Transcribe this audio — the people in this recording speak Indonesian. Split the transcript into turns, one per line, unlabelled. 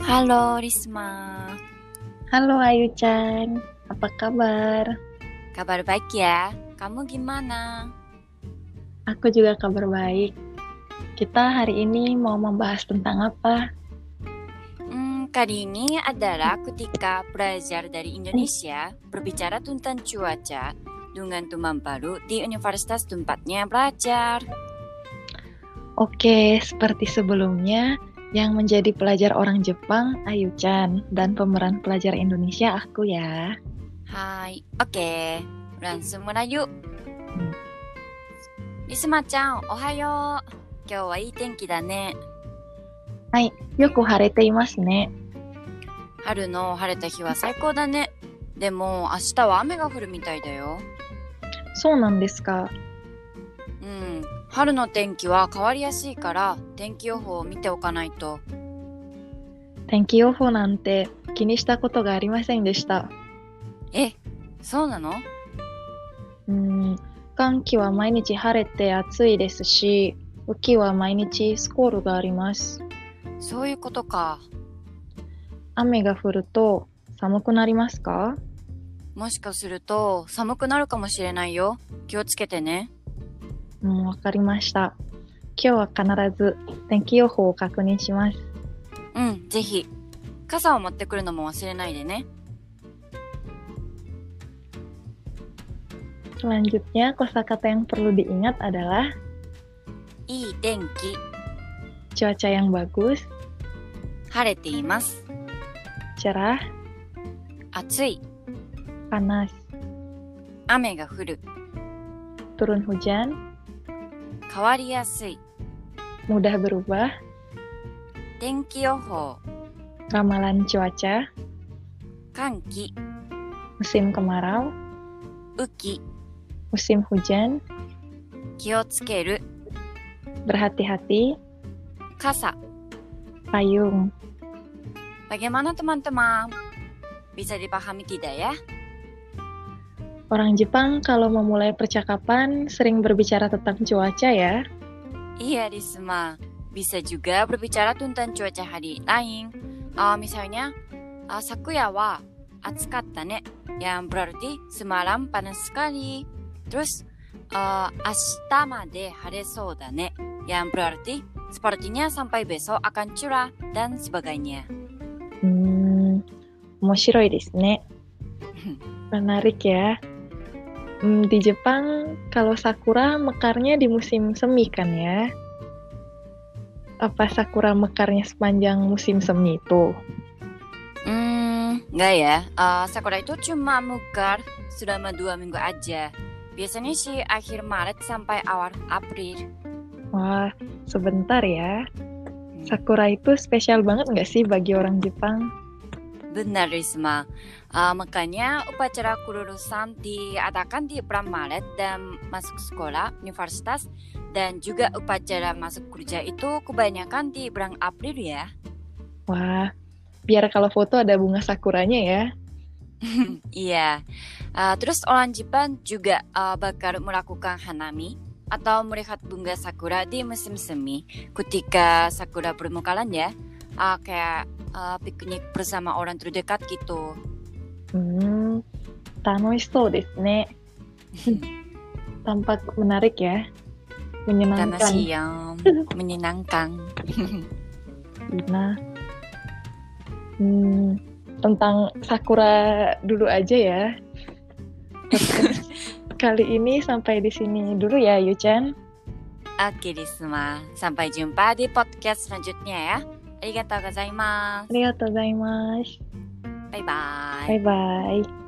Halo Risma,
Halo Ayu Chan, apa kabar?
kabar baik ya? Kamu gimana?
Aku juga kabar baik. Kita hari ini mau membahas tentang apa?
Hmm, kali ini adalah ketika pelajar dari Indonesia berbicara tentang cuaca dengan teman baru di universitas tempatnya belajar.
Oke, seperti sebelumnya, yang menjadi pelajar orang Jepang Ayu Chan dan pemeran pelajar Indonesia aku ya.
Hai, oke, langsung mulai yuk. Risma-chan, ohayo. 今日はいい天気だね。
Yoku harete imasu ne.
春の晴れた日は最高だね。でも明日は雨が降るみたいだよ。
そうなんですか。
うん、春の天気は変わりやすいから天気予報を見ておかないと。
天気予報なんて気にしたことがありませんでした。
え、そうなの
うん、寒気は毎日晴れて暑いですし、雨季は毎日スコールがあります。
そういうことか。
雨が降ると寒くなりますか
もしかすると寒くなるかもしれないよ。気をつけてね。
うん、わかりました。今日は必ず天気予報を確認します。
うん、ぜひ。傘を持ってくるのも忘れないでね。
Selanjutnya, kosakata yang perlu diingat adalah
いい天気。
cuaca yang bagus,
晴れています。
cerah,
暑い。
panas,
雨が降る。
turun hujan,
変わりやすい。
mudah berubah,
天気予報。
ramalan cuaca,
寒気。
musim kemarau,
雨季。
musim hujan,
気をつける。
berhati-hati,
傘。
payung.
Bagaimana teman-teman? Bisa dipahami tidak ya?
Orang Jepang kalau memulai percakapan sering berbicara tentang cuaca ya.
Iya, Risma. Bisa juga berbicara tentang cuaca hari lain. Ah, misalnya, ah, Sakuya wa atsukatta ne, yang berarti semalam panas sekali. Terus, ah, ashita made haresou da ne, yang berarti sepertinya sampai besok akan cerah dan sebagainya.
うーん、面白いですね。Menarik ya. Hmm, di Jepang, kalau sakura mekarnya di musim semi kan ya? Apa sakura mekarnya sepanjang musim semi itu?
Hmm, nggak ya. Eh, sakura itu cuma mekar selama dua minggu aja. Biasanya sih akhir Maret sampai awal April.
Wah, sebentar ya.
Hmm.
Sakura itu spesial banget nggak sih bagi orang Jepang?
Benar Risma. Eh, makanya upacara kelulusan diadakan di bulan Maret dan masuk sekolah, universitas dan juga upacara masuk kerja itu kebanyakan di bulan April ya.
Wah, biar kalau foto ada bunga sakuranya ya.
Iya. Eh, terus orang Jepang juga eh, bakal melakukan hanami atau melihat bunga sakura di musim semi ketika sakura bermekalan ya. Ah, kayak eh, piknik bersama orang terdekat gitu.
Hmm, tanoisto desu ne. Tampak menarik ya.
Karena
Menyenangkan.
siang menyenangkan.
Nah, hmm, tentang Sakura dulu aja ya. Podcast Kali ini sampai di sini dulu ya, Yuchan.
Oke, Risma. Sampai jumpa di podcast selanjutnya ya. Arigatou gozaimasu.
Arigatou gozaimasu.
Bye-bye.
Bye-bye.